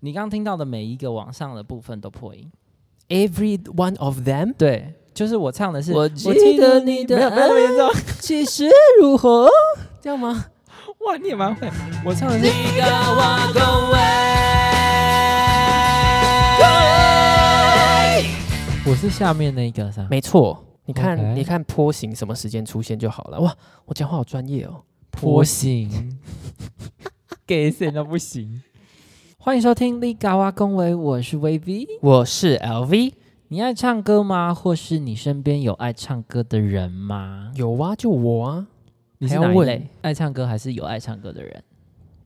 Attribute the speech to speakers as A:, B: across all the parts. A: 你刚刚听到的每一个网上的部分都破音。
B: Every one of them，
A: 对，就是我唱的是
B: 我记得你的
A: 没有没有那么严重，
B: 其实如 何？这样吗？
A: 哇，你也蛮会。我唱的是
B: 你跟我恭维。
A: 我是下面那一个噻，
B: 没错，你看
A: OK
B: 你看坡形什么时间出现就好了。哇，我讲话好专业哦。
A: 坡形，给谁都不行。欢迎收听《立嘎哇恭维》，我是 VV。
B: 我是 LV，
A: 你爱唱歌吗？或是你身边有爱唱歌的人吗？
B: 有啊，就我啊，
A: 你是
B: 还要
A: 哪一
B: 问
A: 类？爱唱歌还是有爱唱歌的人？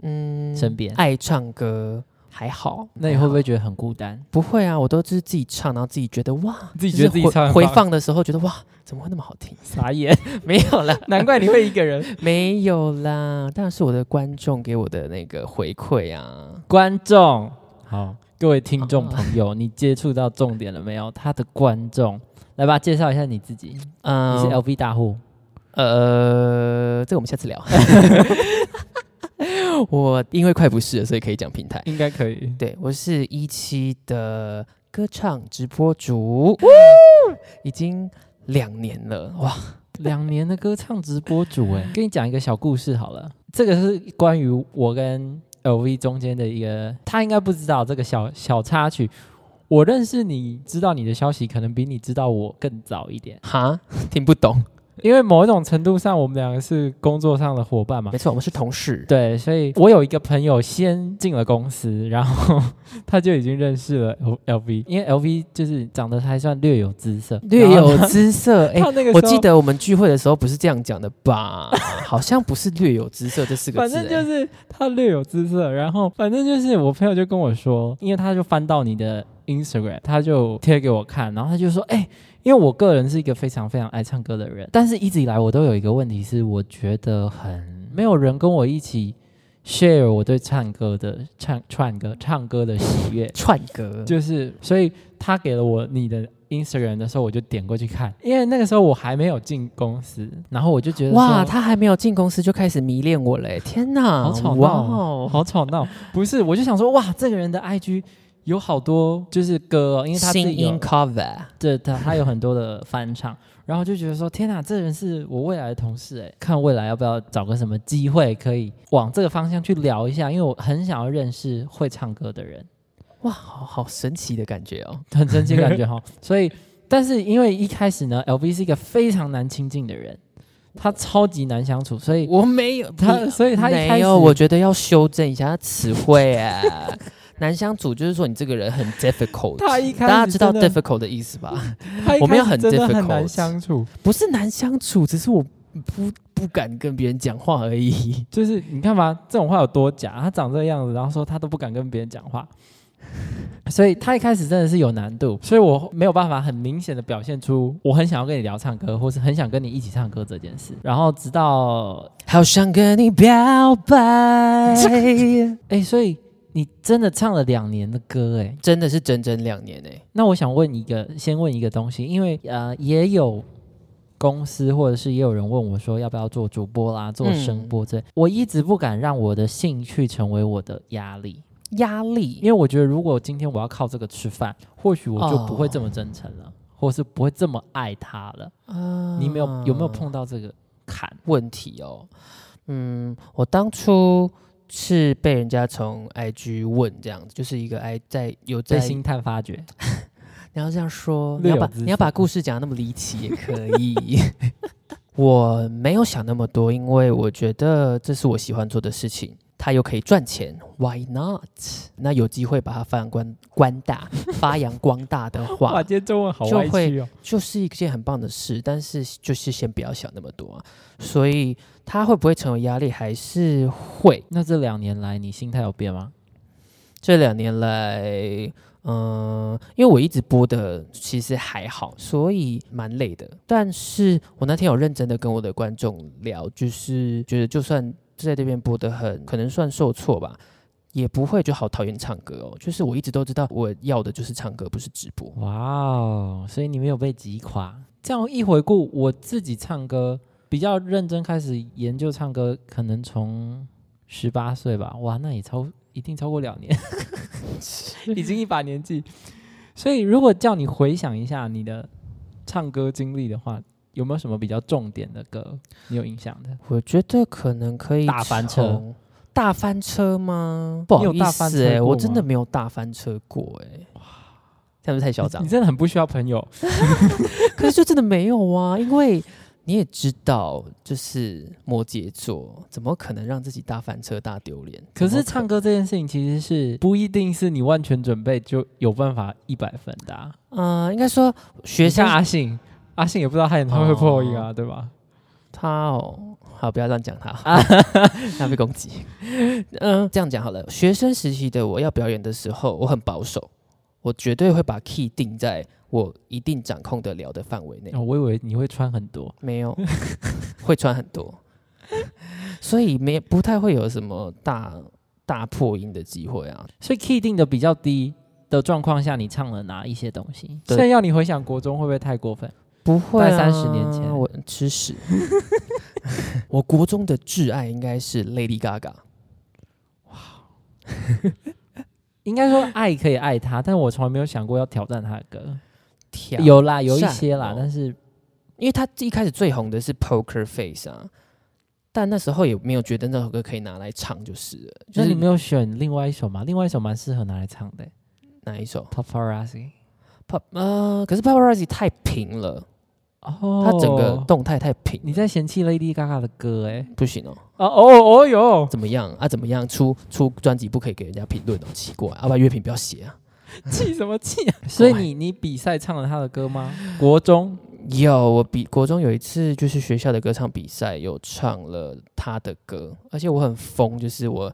B: 嗯，
A: 身边
B: 爱唱歌还好。
A: 那你会不
B: 还
A: 会
B: 好？
A: 觉得很孤单？
B: 不会啊，我都是自己唱，然后自己觉得哇，
A: 自己
B: 就
A: 觉得
B: 是
A: 自己
B: 回
A: 唱很
B: 回
A: 棒
B: 放的时候觉得哇，怎么会那么好听？
A: 傻眼，
B: 没有啦，
A: 难怪你会一个人。
B: 没有啦，当然是我的观众给我的那个回馈啊。
A: 观众，好，各位听众朋友，你接触到重点了没有？他的观众，来吧，介绍一下你自己。你
B: 嗯，
A: 是 LV 大户，
B: 呃，这个我们下 次聊。我因为快不是了，所以可以讲平台。
A: 应该可以。
B: 对，我是一期的歌唱直播主，已经两年了哇！
A: 两年的歌唱直播主、哎，跟你讲一个小故事好了。这个是关于我跟 LV 中间的一个，他应该不知道这个小小插曲。我认识你，知道你的消息，可能比你知道我更早一点，
B: 哈，听不懂。
A: 因为某一种程度上，我们两个是工作上的伙伴嘛
B: 没。错，我们是同事。
A: 对，所以我有一个朋友先进了公司，然后 他就已经认识了 L LV，因为 LV 就是长得还算略有姿色，
B: 略
A: 然后
B: 有姿色，哎、
A: 他 那个
B: 我
A: 时候
B: 记得我们聚会的时候不是这样讲的 吧？好像不是“略有姿色”这四个
A: 反
B: 字、
A: 正就
B: 哎，
A: 是他略有姿色，然后反正就是我朋友就跟我说，因为他就翻到你的 Instagram，他就贴给我看，然后他就说，哎、因为我个人是一个非常非常爱唱歌的人，但是一直以来我都有一个问题是，我觉得很没有人跟我一起 share 我对唱歌的唱唱歌唱歌的喜悦
B: 串歌，
A: 就是所以他给了我你的。Instagram 的时候，我就点过去看，因为那个时候我还没有进公司，然后我就觉得
B: 哇，
A: 说
B: 他还没有进公司就开始迷恋我了、哎天哪，
A: 好吵
B: 哇
A: 闹哦，
B: 哦！
A: 好吵闹。不是，我就想说，哇，这个人的 IG 有好多就是歌、哦，因为他自
B: 新
A: 己有
B: 音 cover，
A: 对他他有很多的翻唱，然后就觉得说，天哪，这人是我未来的同事哎，看未来要不要找个什么机会可以往这个方向去聊一下，因为我很想要认识会唱歌的人，
B: 哇，好好神奇的感觉哦。
A: 很神奇的感觉哈、所以，但是因为一开始呢，LV 是一个非常难亲近的人，他超级难相处，所以
B: 我没有
A: 他所以他一开
B: 没
A: 始
B: 有，我觉得要修正一下他词汇哎。 难相处就是说你这个人很 difficult，
A: 他一开
B: 大
A: 始
B: 家知道
A: 真的
B: difficult 的意思吧？
A: 他一
B: 我
A: 开
B: 们要
A: 始
B: 很
A: 真的很难
B: difficult
A: 相处。
B: 不是难相处，只是我不不敢跟别人讲话而已。
A: 就是你看吧，这种话有多假？他长这个样子，然后说他都不敢跟别人讲话，所以他一开始真的是有难度，所以我没有办法很明显的表现出我很想要跟你聊唱歌，或是很想跟你一起唱歌这件事。然后直到
B: 好想跟你表 白，
A: 哎，所以你真的唱了两年的歌哎，
B: 真的是整整两年哎、
A: 那我想问一个，先问一个东西，因为呃，也有公司或者是也有人问我说要不要做主播啦，做声播这，我一直不敢让我的兴趣成为我的压力。
B: 压力
A: 因为我觉得如果今天我要靠这个吃饭，或许我就不会这么真诚了，或是不会这么爱他了。
B: 啊
A: 你没有有没有碰到这个坎？
B: 问题哦。嗯，我当初是被人家从 IG 问这样子，就是一个 I 在有
A: 被
B: 在
A: 星探发掘，
B: 你要这样说，你
A: 略
B: 要
A: 有
B: 把
A: 姿
B: 你要把故事讲得那么离奇也可以。 我没有想那么多，因为我觉得这是我喜欢做的事情，它又可以赚钱，Why not？那有机会把它发扬光 光大，发扬光大的话，
A: 今天中文好
B: 就会
A: 哦。
B: 就是一件很棒的事，但是就是先不要想那么多、啊。所以它会不会成为压力，还是会？
A: 那这两年来，你心态有变吗？
B: 这两年来，嗯、因为我一直播的其实还好，所以蛮累的。但是我那天有认真的跟我的观众聊，就是觉得就算在这边播的很，可能算受挫吧。也不会就好讨厌唱歌哦，就是我一直都知道我要的就是唱歌，不是直播。
A: 哇哦，所以你没有被击垮。这样一回顾，我自己唱歌比较认真开始研究唱歌， 可能从十八岁吧。哇，那也超一定超过两年。已经一把年纪，所以如果叫你回想一下你的唱歌经历的话，有没有什么比较重点的歌你有印象的？
B: 我觉得可能可以
A: 大翻车
B: 从。大翻车吗？不好
A: 你有
B: 意
A: 大翻
B: 思、
A: 车
B: 欸，
A: 过
B: 我真的
A: 吗
B: 没有大翻车过、欸，哎，哇，这样是不是太嚣张
A: 你。真的很不需要朋友，
B: 可是就真的没有啊，因为你也知道，就是摩羯座怎么可能让自己大翻车、大丢脸？
A: 可
B: 怎么
A: 是唱歌这件事情其实是不一定是你完全准备就有办法一百分的、啊。
B: 嗯、应该说
A: 学
B: 学校
A: 像阿信，阿信也不知道他演唱会
B: 哦
A: 破音啊，对吧？
B: 他哦，好，不要这样讲他， 他被攻击。嗯，这样讲好了。学生时期的我要表演的时候，我很保守，我绝对会把 key 定在我一定掌控得了的范围内。
A: 哦我以为你会穿很多，
B: 没有， 会穿很多，所以没不太会有什么大大破音的机会啊。
A: 所以 key 定的比较低的状况下，你唱了哪一些东西？
B: 对
A: 现在要你回想国中会不会太过分？
B: 不会、
A: 大
B: 啊，
A: 概30年前
B: 我 吃屎。我国中的挚爱应该是 Lady Gaga。
A: 应该说爱可以爱他，但我从来没有想过要挑战他的歌。
B: 跳
A: 有啦，有一些啦
B: 哦，
A: 但是
B: 因为他一开始最红的是 Poker Face 啊，但那时候也没有觉得那首歌可以拿来唱，就是了
A: 那
B: 就是
A: 你没有选另外一首吗？另外一首蛮适合拿来唱的、
B: 哪一首
A: p a p a r a z z i
B: Pop 呃，可是 Paparazzi 太平了，
A: 哦
B: 它整个动态太平，
A: 你在嫌弃 Lady Gaga 的歌哎、
B: 不行哦，
A: 哦哦哦哟，
B: 怎么样啊？怎么样？出出专辑不可以给人家评论哦，奇怪，要、不然乐评不要写啊。
A: 气什么气、啊？所以你你比赛唱了他的歌吗？国中
B: 有，我比国中有一次就是学校的歌唱比赛，有唱了他的歌，而且我很疯，就是我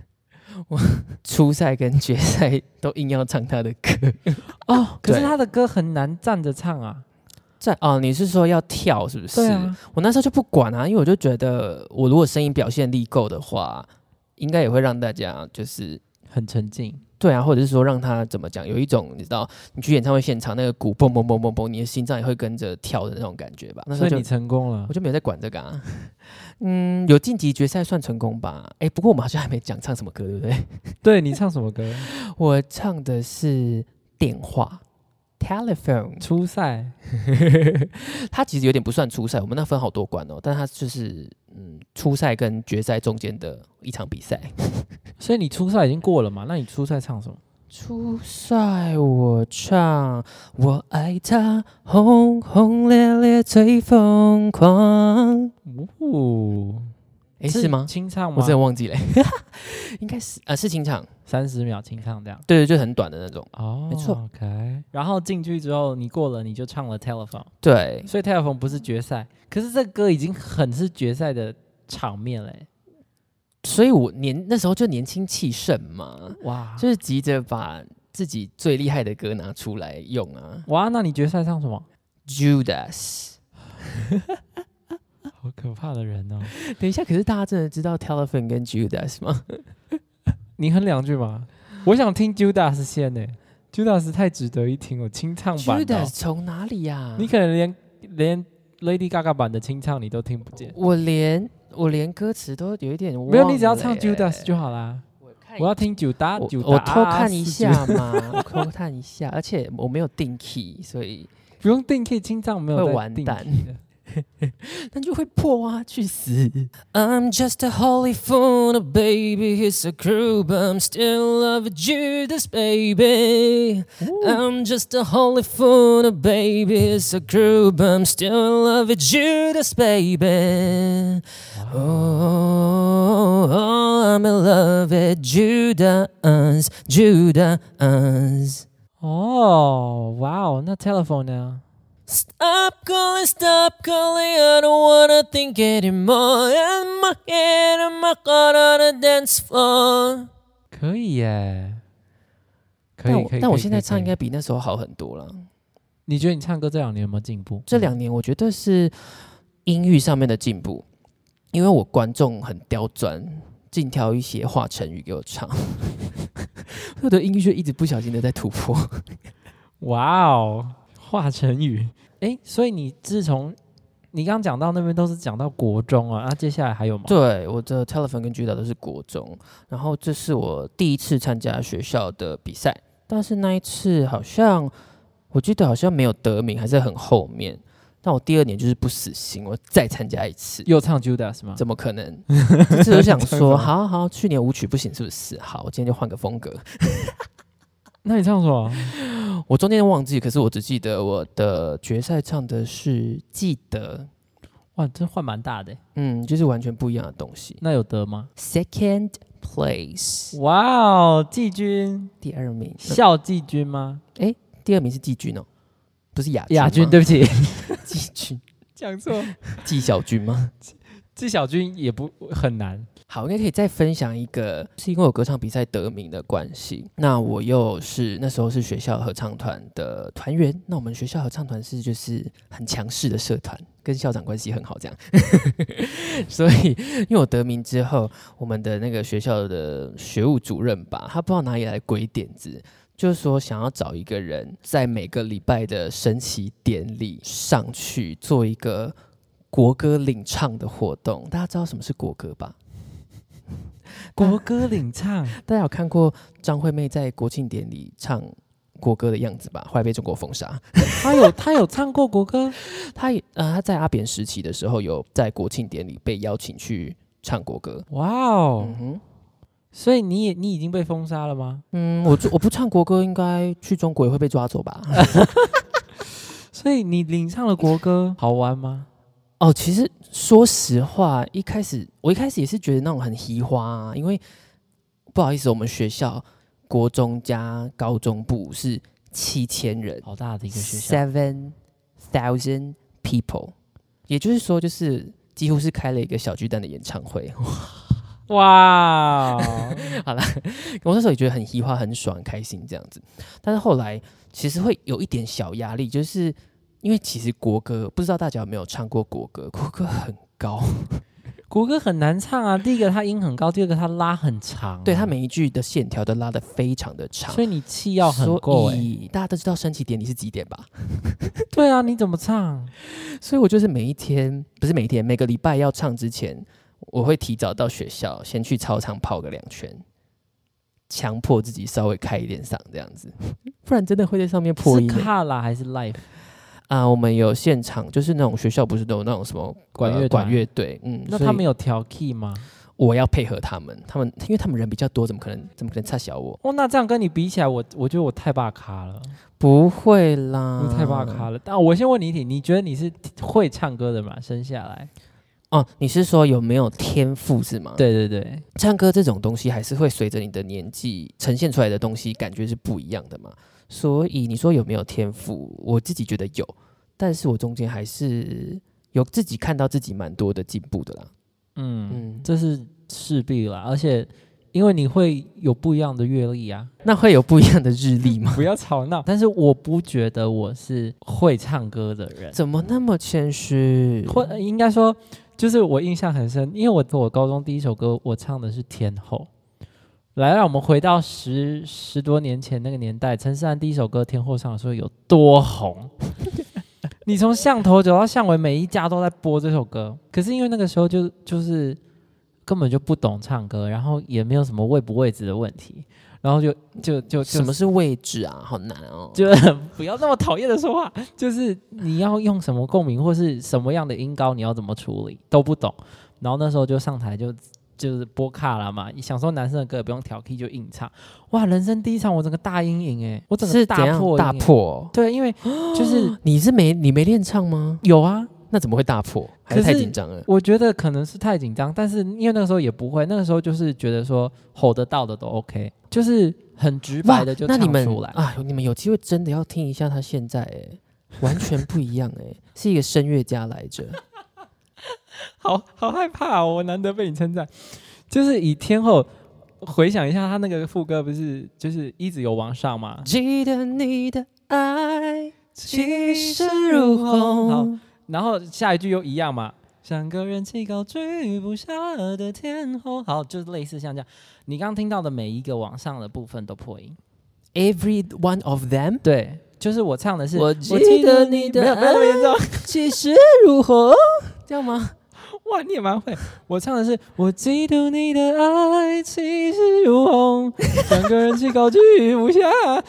B: 我初赛跟决赛都硬要唱他的歌。
A: 哦，可是
B: 对
A: 他的歌很难站着唱啊。
B: 在啊，你是说要跳是不是？
A: 对啊，
B: 我那时候就不管啊，因为我就觉得我如果声音表现力够的话，应该也会让大家就是
A: 很沉静。
B: 对啊，或者是说让他怎么讲，有一种你知道，你去演唱会现场那个鼓嘣嘣嘣嘣嘣，你的心脏也会跟着跳的那种感觉吧。那时
A: 所
B: 候
A: 以
B: 就
A: 你成功了
B: 我。就没有在管这个啊。嗯，有晋级决赛算成功吧？哎、不过我们好像还没讲唱什么歌，对不 对？
A: 对你唱什么歌？
B: 我唱的是电话 （telephone）。
A: 初赛
B: 它其实有点不算初赛，我们那分好多关哦，但它就是嗯初赛跟决赛中间的一场比赛。
A: 所以你初赛已经过了嘛？那你初赛唱什么？
B: 初赛我唱我爱他，轰轰烈烈最疯狂。
A: 哦，
B: 诶，是吗？
A: 清唱吗？
B: 我真的忘记了，啊 应该是啊，是清唱，
A: 三十秒清唱这样。
B: 对对，就很短的那种。
A: 哦，
B: 没错。
A: OK，然后进去之后你过了，你就唱了 Telephone，
B: 对，
A: 所以 Telephone 不是决赛，可是这歌已经很是决赛的场面嘞。
B: 所以我年那时候就年轻气盛嘛，
A: 哇，
B: 就是急着把自己最厉害的歌拿出来用啊。
A: 哇，那你决赛唱什么？
B: Judas。
A: 好可怕的人哦！
B: 等一下，可是大家真的知道 Telephone 跟 Judas 吗？
A: 你哼两句吧，我想听 Judas 先呢、Judas 太值得一听了，清唱版的哦、
B: Judas 从哪里啊呀、
A: 你可能连连 Lady Gaga 版的清唱你都听不见。
B: 我连我连歌词都有一点忘了耶欸
A: 没有，你只要唱 Judas 就好啦。
B: 看
A: 我要听九搭
B: 我
A: 九搭，
B: 我偷看一
A: 是 Judas，
B: 下嘛，我偷看一下，而且我没有定 key，所以
A: 不用定 K 清唱，没有
B: 会
A: 在
B: 完
A: 定
B: 蛋
A: key 的
B: 那就会破啊，去死！I'm just a holy fool, baby, he's a crew, but I'm still love Judas, baby. I'm just a holy fool, baby, he's a crew, but I'm still love Judas, baby. Oh, I'm in love with Judas, Judas.
A: 哦，哇哦，那 Telephone 呢？
B: Stop calling, stop calling, I don't wanna think anymore. And my head and my heart on the dance floor.
A: 可以耶，可
B: 但
A: 以
B: 我
A: 可以。
B: 但我
A: 可以
B: 现
A: 可
B: 在
A: 以
B: 唱应
A: 可以
B: 该比那时候好很多了。
A: 你觉得你唱歌这两年有没有进步？
B: 这两年我觉得是音域上面的进步，因为我观众很刁钻，尽挑一些华晨宇给我唱， 我的音域就一直不小心的在突破。
A: 哇哦，华晨宇，哎，所以你自从你刚刚讲到那边都是讲到国中啊，那接下来还有吗？
B: 对，我的 Telephone 跟 Judo 都是国中，然后这是我第一次参加学校的比赛，但是那一次好像我记得好像没有得名，还是很后面。但我第二年就是不死心，我再参加一次。
A: 又唱 Judas 吗？
B: 怎么可能？这次我想
A: 唱什么
B: 说，好好，去年舞曲不行是不是？好，我今天就换个风格。
A: 那你唱什么？
B: 我中间忘记，可是我只记得我的决赛唱的是《记得》，
A: 哇，这换蛮大的欸。
B: 嗯，就是完全不一样的东西。
A: 那有得吗？
B: Second place，
A: 哇哦，季军，
B: 第二名，呃
A: 校季军吗？
B: 第二名是季军哦，不是亚
A: 亚军，
B: 吗
A: 对不起，
B: 季军，
A: 讲错。
B: 季小军吗？
A: 季小军也不很难。
B: 好，应该可以再分享一个，是因为我歌唱比赛得名的关系。那我又是那时候是学校合唱团的团员，那我们学校合唱团是就是很强势的社团，跟校长关系很好，这样。 所以因为我得名之后，我们的那个学校的学务主任吧，他不知道哪里来鬼点子。就是说，想要找一个人在每个礼拜的升旗典礼上去做一个国歌领唱的活动。大家知道什么是国歌吧？
A: 国歌领唱，
B: 大家有看过张惠妹在国庆典礼唱国歌的样子吧？后来被中国封杀。
A: 他有他有唱过国歌，
B: 她也呃，她在阿扁时期的时候，有在国庆典礼被邀请去唱国歌。
A: 哇哦
B: 嗯！哼，
A: 所以你也你已经被封杀了吗？
B: 嗯，我我不唱国歌，应该去中国也会被抓走吧？
A: 所以你领唱了国歌，好玩吗？
B: 哦，其实说实话，一开始我一开始也是觉得那种很奇花、啊，因为不好意思，我们学校国中加高中部是七千人，
A: 好大的一个学校，
B: seven thousand people，也就是说，就是几乎是开了一个小巨蛋的演唱会。
A: 哇哦！
B: 我那时候也觉得很嘻哈、很爽、很开心这样子，但是后来其实会有一点小压力，就是因为其实国歌不知道大家有没有唱过国歌，国歌很高，
A: 哦国歌很难唱啊。第一个它音很高，第二个它拉很长、啊
B: 对它每一句的线条都拉得非常的长
A: 所。以你气要很够哎、
B: 所以大家都知道升旗典礼是几点吧？
A: 对啊，你怎么唱？
B: 所以我就是每一天，不是每一天，每个礼拜要唱之前，我会提早到学校，先去操场跑个两圈，强迫自己稍微开一点嗓这样子， 不然真的会在上面破
A: 是
B: 音欸
A: 卡拉还是 live？
B: 啊！我们有现场，就是那种学校不是都有那种什么
A: 管乐
B: 呃
A: 团
B: 管乐队，嗯，
A: 那
B: 所以
A: 他们有调 key 吗？
B: 我要配合他们，他们因为他们人比较多，怎么可能怎么可能差小我？
A: 哦，那这样跟你比起来，我我觉得我太霸咖了，
B: 不会啦，
A: 我太霸咖了。但我先问你一题，你觉得你是会唱歌的吗？生下来？
B: 哦！你是说有没有天赋是吗？
A: 嗯对对对，
B: 唱歌这种东西还是会随着你的年纪呈现出来的东西，感觉是不一样的嘛。所以你说有没有天赋？我自己觉得有，但是我中间还是有自己看到自己蛮多的进步的啦。
A: 嗯，
B: 嗯，
A: 这是势必啦，而且因为你会有不一样的阅历 啊。
B: 那会有不一样的日历吗？
A: 不要吵闹，但是我不觉得我是会唱歌的人，
B: 怎么那么谦虚？
A: 或呃应该说，就是我印象很深，因为我我高中第一首歌我唱的是《天后》。来，让我们回到十十多年前那个年代，陈势安第一首歌《天后》上的时候有多红。 你从巷头走到巷尾，每一家都在播这首歌。可是因为那个时候就就是根本就不懂唱歌，然后也没有什么位不位置的问题，然后就就就就
B: 什么是位置啊？好难哦。
A: 就不要那么讨厌的说话，就是你要用什么共鸣或是什么样的音高，你要怎么处理都不懂。然后那时候就上台就就是播卡了嘛，想说男生的歌也不用调 key 就硬唱，哇，人生第一场我整个大阴影哎、我整个
B: 是怎
A: 大
B: 样
A: 破
B: 大
A: 音欸，
B: 破哦？
A: 对， 因为就是
B: 你是没你没练唱吗？
A: 有啊，
B: 那怎么会大破？还是
A: 可是
B: 太紧张了？
A: 我觉得可能是太紧张，但是因为那个时候也不会，那个时候就是觉得说吼得到的都 OK，就是很直白的就
B: 哇
A: 唱
B: 那你们
A: 出来。
B: 啊，你们有机会真的要听一下他现在、欸，完全不一样哎、是一个声乐家来着。
A: 好好害怕、哦，我难得被你称赞。就是以天后回想一下，他那个副歌不是就是一直有往上嘛？
B: 记得你的爱
A: 气势如虹。好，，然后下一句又一样嘛？像个人气高居不下的天后，好，就是类似像这样。你刚听到的每一个往上的部分都破音，
B: every one of them。
A: 对，就是我唱的是
B: 我记得你的
A: 没有没有那么严重，
B: 其实如何？这 样吗？
A: 哇，你也蛮会。我唱的是我嫉妒你的爱气势如虹， 两个人去高居无下，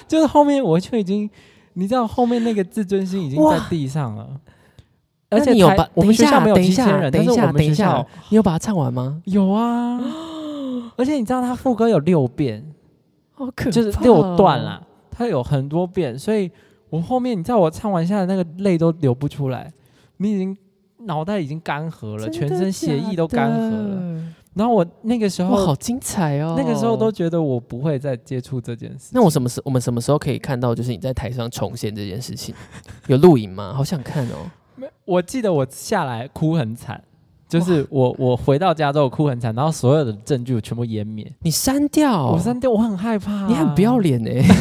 A: 就是后面我就已经，你知道后面那个自尊心已经在
B: 哇
A: 地上了。
B: 那
A: 而且
B: 你有
A: 台
B: 把
A: 我
B: 等
A: 们
B: 一
A: 学
B: 下
A: 校没有
B: 等一
A: 七千
B: 下，
A: 人，
B: 等
A: 但
B: 一
A: 是我
B: 下，
A: 们
B: 等一
A: 学
B: 下
A: 校，
B: 你有把它唱完吗？
A: 有 啊。而且你知道他副歌有六遍，
B: 好可
A: 就是
B: 怕
A: 六
B: 哦
A: 段。啦，它有很多遍，所以我后面你知道我唱完下来那个泪都流不出来，你已经脑袋已经干涸了，
B: 真
A: 全
B: 的
A: 身血
B: 假
A: 液都干涸了。
B: 的。
A: 然后我那个时候
B: 哇，好精彩哦！
A: 那个时候都，觉得我不会再接触这件事。
B: 那我什么时我们什么时候可以看到，就是你在台上重现这件事情？有录影吗？好想看哦！
A: 我记得我下来哭很惨，就是我我回到家之后哭很惨，然后所有的证据我全部湮灭。
B: 你删掉，
A: 我删掉，我很害怕、
B: 哦你很不要，脸哎！
A: 啊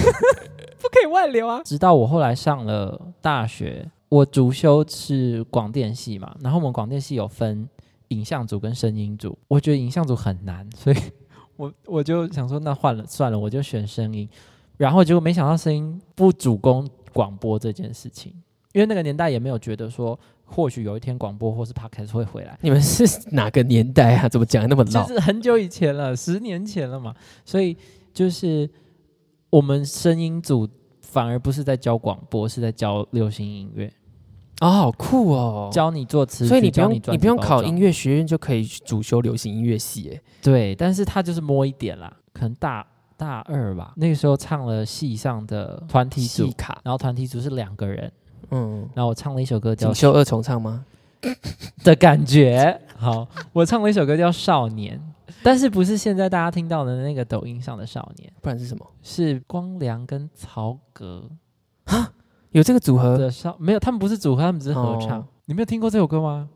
A: 不可以外流啊！直到我后来上了大学，我主修是广电系嘛，然后我们广电系有分影像组跟声音组，我觉得影像组很难，所以我 我就想说，那换了算了，我就选声音。然后结果没想到声音不主攻广播这件事情，因为那个年代也没有觉得说，或许有一天广播或是 podcast 会回来，
B: 你们是哪个年代啊？怎么讲得那么
A: 就
B: 老？
A: 是很久以前了，十年前了嘛。所以就是我们声音组反而不是在教广播，是在教流行音乐，
B: 哦，好酷哦！
A: 教你做词曲，
B: 所以你不
A: 教
B: 用
A: 你专
B: 你不用考音
A: 乐，
B: 乐学院就可以主修流行音乐系哎。
A: 对，但是他就是摸一点啦，可能大大二吧，那个时候唱了戏上的团体
B: 戏
A: 组，
B: 卡，
A: 然后团体组是两个人，
B: 嗯，
A: 然后我唱了一首歌叫
B: 锦绣二重唱吗？
A: 的感觉。 好，我唱了一首歌叫《少年》，但是不是现在大家听到的那个抖音上的少年，
B: 不然是什么？
A: 是光良跟曹格
B: 有这个组合
A: 的少，没有，他们不是组合，他们只是合唱。
B: 呃哦
A: 你没有听过这首歌吗？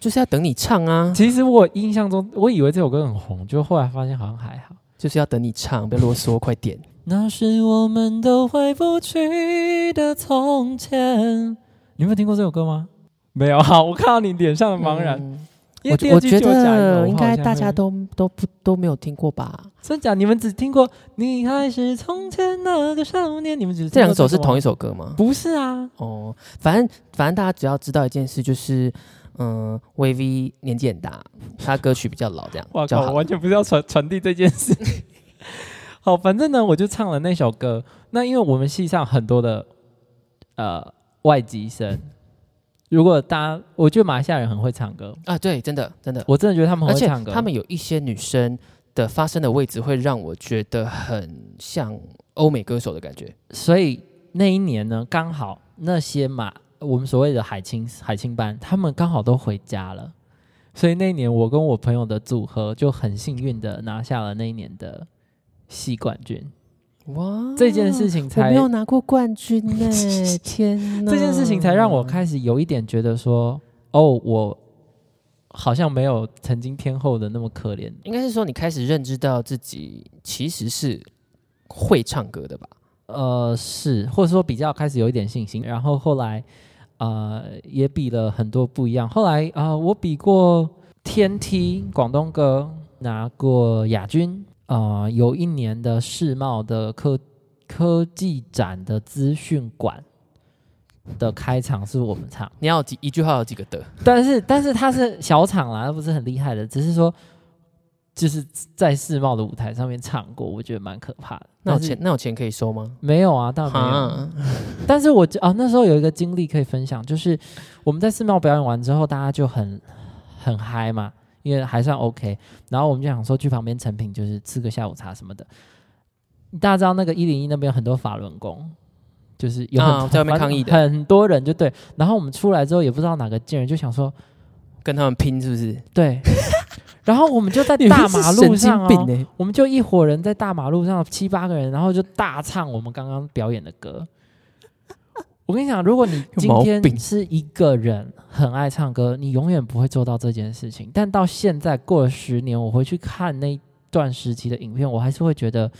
B: 就是要等你唱啊，
A: 其实我印象中，我以为这首歌很红，就后来发现好像还好。
B: 就是要等你唱，不要啰嗦，快点！
A: 那是我们都回不去的从前。你没有听过这首歌吗？没有，好，我看到你脸上的 茫然。
B: 嗯
A: 因为第
B: 我
A: 二
B: 我
A: 句
B: 觉
A: 就有讲一个
B: 得
A: 我
B: 应
A: 好
B: 该
A: 像
B: 大
A: 会
B: 家都都不都没有听过吧？
A: 真假？你们只听过《你还是从前那个少年》，你们只
B: 这两首是同
A: 一？
B: 一首歌吗？
A: 不是啊，
B: 哦，反正反正大家只要知道一件事，就是嗯，V V 年纪很大，他歌曲比较老，这
A: 哇
B: 样就
A: 靠，我
B: 好了。
A: 完全不是要传传递这件 事。好，反正呢，我就唱了那首歌。那因为我们系上很多的呃外籍生，如果大家，我觉得马来西亚人很会唱歌，
B: 啊，对，真的真的，
A: 我真的觉得他们
B: 而
A: 很会
B: 且
A: 唱歌。
B: 他们有一些女生的发声的位置会让我觉得很像欧美歌手的感觉。
A: 所以那一年呢，刚好那些嘛，我们所谓的海青海青班，他们刚好都回家了，所以那一年我跟我朋友的组合就很幸运的拿下了那一年的系冠军。
B: 哇，
A: 这件事情
B: 我
A: 才
B: 没有拿过冠军 呢、天哪！
A: 这件事情才让我开始有一点觉得说，哦，我好像没有曾经天后的那么可怜。
B: 应该是说你开始认知到自己其实是会唱歌的吧？
A: 呃，是，或者说比较开始有一点信心，然后后来呃也比了很多不一样。后来啊、呃我比过天梯广东歌，拿过亚军。呃，有一年的世贸的科科技展的资讯馆的开场是我们唱。
B: 你要有几一句话有几个的？
A: 但是但是他是小厂啦，不是很厉害的，只是说就是在世贸的舞台上面唱过，我觉得蛮可怕的。
B: 那有
A: 但是
B: 钱那有钱可以收吗？
A: 没有啊，当然没有。
B: 啊，
A: 但是我啊那时候有一个经历可以分享，就是我们在世贸表演完之后，大家就很很嗨嘛，因为还算 OK。然后我们就想说去旁边成品就是吃个下午茶什么的。大家知道那个一零一那边有很多法轮功，就是有很、
B: 啊在外面抗议的
A: 很多人就对。然后我们出来之后也不知道哪个贱人就想说。
B: 跟他们拼是不是？
A: 对，然后我们就在
B: 你们
A: 大
B: 是
A: 马
B: 神
A: 路
B: 经
A: 上、哦，
B: 病欸
A: 我们就一伙人在大马路上七八个人，然后就大唱我们刚刚表演的歌。我跟你讲，如果你今
B: 毛病
A: 天是一个人很爱唱歌，你永远不会做到这件事情。但到现在过了十年，我回去看那段时期的影片，我还是会觉得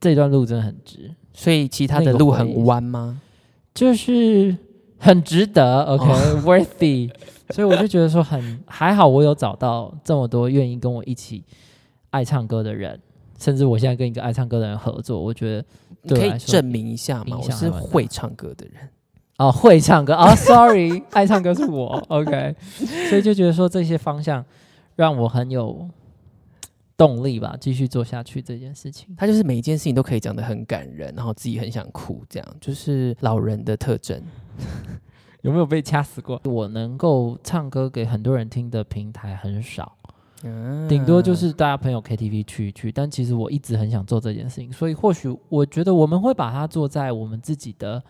A: 这段路真的很值，
B: 所以其他
A: 那
B: 的
A: 个
B: 路
A: 回忆
B: 很弯吗？
A: 就是很值得。OK，worthy、所以我就觉得说很还好，我有找到这么多愿意跟我一起爱唱歌的人，甚至我现在跟一个爱唱歌的人合作，我觉得
B: 你
A: 对我
B: 可以
A: 来说
B: 证明一下嘛，
A: 影
B: 我
A: 响
B: 是
A: 还蛮大
B: 会唱歌的人。
A: 哦，会唱歌哦，sorry，爱唱歌是我，OK，所以就觉得说这些方向让我很有动力吧，继续做下去这件事情。
B: 他就是每一件事情都可以讲得很感人，然后自己很想哭，这样就是老人的特征。
A: 有没有被掐死过？我能够唱歌给很多人听的平台很少，
B: 嗯
A: 顶多就是大家朋友 KTV 去一去。但其实我一直很想做这件事情，所以或许我觉得我们会把它做在我们自己的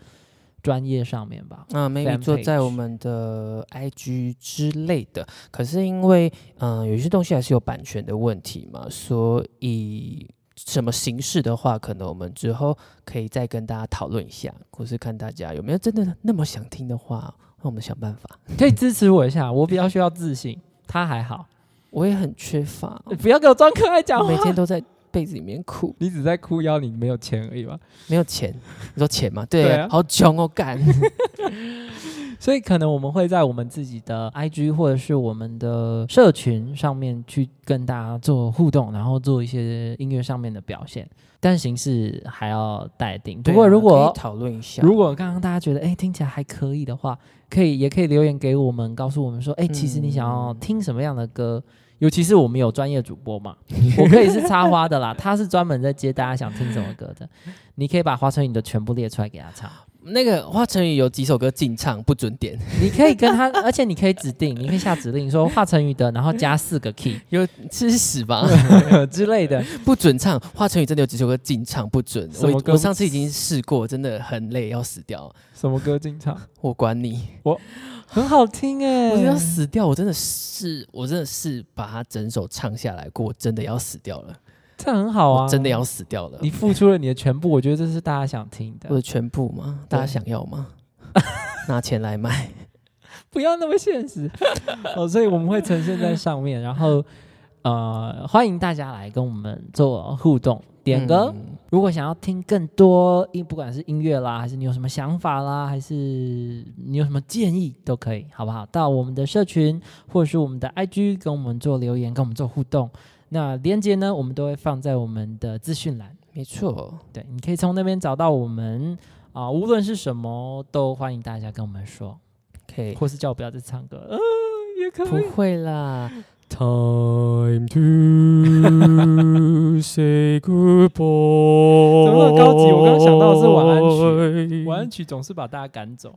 A: 专业上面 吧。
B: 啊，maybe
A: fan
B: 做在
A: page
B: 我们的 IG 之类的。可是因为嗯、呃有些东西还是有版权的问题嘛，所以什么形式的话，可能我们之后可以再跟大家讨论一下，或是看大家有没有真的那么想听的话，那我们想办法。
A: 可以支持我一下，我比较需要自信，他还好。
B: 我也很 缺乏，
A: 不要给我装可爱讲
B: 我
A: 话，
B: 每天都在被子里面哭，
A: 你只在哭腰，你没有钱而已吧？
B: 没有钱。 你说钱吗？对，
A: 对啊
B: 好穷哦，干。
A: 所以可能我们会在我们自己的 IG 或者是我们的社群上面去跟大家做互动，然后做一些音乐上面的表现，但形式还要待定。 不过
B: 对啊
A: 如
B: 可
A: 果
B: 以、讨论一下，
A: 如果刚刚大家觉得哎、诶听起来还可以的话，可以也可以留言给我们，告诉我们说
B: 嗯
A: 哎、诶其实你想要听什么样的歌。尤其是我们有专业主播嘛，我可以是插花的啦， 他是专门在接大家想听什么歌的，你可以把华晨宇的全部列出来给他唱。
B: 那个华晨宇有几首歌禁唱不准点，
A: 你可以跟他，而且你可以指定，你可以下指令说华晨宇的，然后加四个 key
B: 有吃屎吧？
A: 之类的。
B: 不准唱，华晨宇真的有几首歌禁唱不准。
A: 什
B: 我
A: 么
B: 已
A: 歌
B: 我上次已经试过，真的很累，要死掉。
A: 什么歌经常？
B: 我管你，
A: 很好听哎、
B: 我真的要死掉，我真的是，我真的是把它整首唱下来过，我真的要死掉了，
A: 这很好啊，
B: 我真的要死掉了。
A: 你付出了你的全部，我觉得这是大家想听
B: 我
A: 的
B: 的。全部吗？大家想要 吗？拿钱来买，
A: 不要那么现 实哦，所以我们会呈现在上面，然后呃，欢迎大家来跟我们做互动，点歌。
B: 嗯
A: 如果想要听更多音，不管是音乐啦，还是你有什么想法啦，还是你有什么建议，都可以，好不好？到我们的社群或者是我们的 IG 跟我们做留言，跟我们做互动。那连接呢，我们都会放在我们的资讯栏，
B: 没错，
A: 对，你可以从那边找到我们啊、无论是什么，都欢迎大家跟我们说，
B: 可以。
A: 或是叫我不要再唱歌，嗯、也可
B: 不
A: 以。
B: 会啦。Time to say goodbye。怎
A: 么那么高级我刚刚想到的是晚安曲
B: 曲
A: 晚安曲总是把大家赶走。